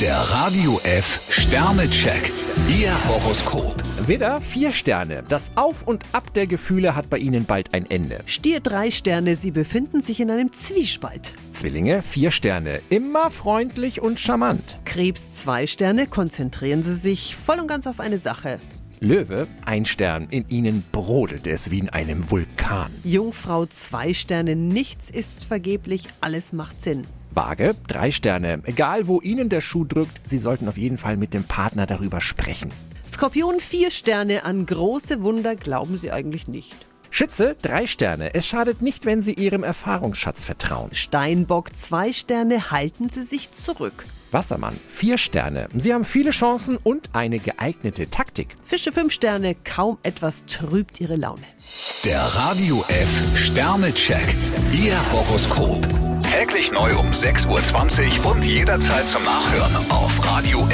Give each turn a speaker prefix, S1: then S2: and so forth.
S1: Der Radio F Sternecheck. Ihr Horoskop.
S2: Widder, vier Sterne. Das Auf und Ab der Gefühle hat bei Ihnen bald ein Ende.
S3: Stier drei Sterne, Sie befinden sich in einem Zwiespalt.
S2: Zwillinge, vier Sterne. Immer freundlich und charmant.
S3: Krebs zwei Sterne, konzentrieren Sie sich voll und ganz auf eine Sache.
S2: Löwe, ein Stern. In Ihnen brodelt es wie in einem Vulkan.
S3: Jungfrau zwei Sterne, nichts ist vergeblich, alles macht Sinn.
S2: Waage, drei Sterne. Egal, wo Ihnen der Schuh drückt, Sie sollten auf jeden Fall mit dem Partner darüber sprechen.
S3: Skorpion vier Sterne, an große Wunder glauben Sie eigentlich nicht.
S2: Schütze, drei Sterne. Es schadet nicht, wenn Sie Ihrem Erfahrungsschatz vertrauen.
S3: Steinbock zwei Sterne, halten Sie sich zurück.
S2: Wassermann, vier Sterne. Sie haben viele Chancen und eine geeignete Taktik.
S3: Fische fünf Sterne, kaum etwas trübt Ihre Laune.
S1: Der Radio F Sternecheck. Ihr Horoskop. Täglich neu um 6.20 Uhr und jederzeit zum Nachhören auf Radio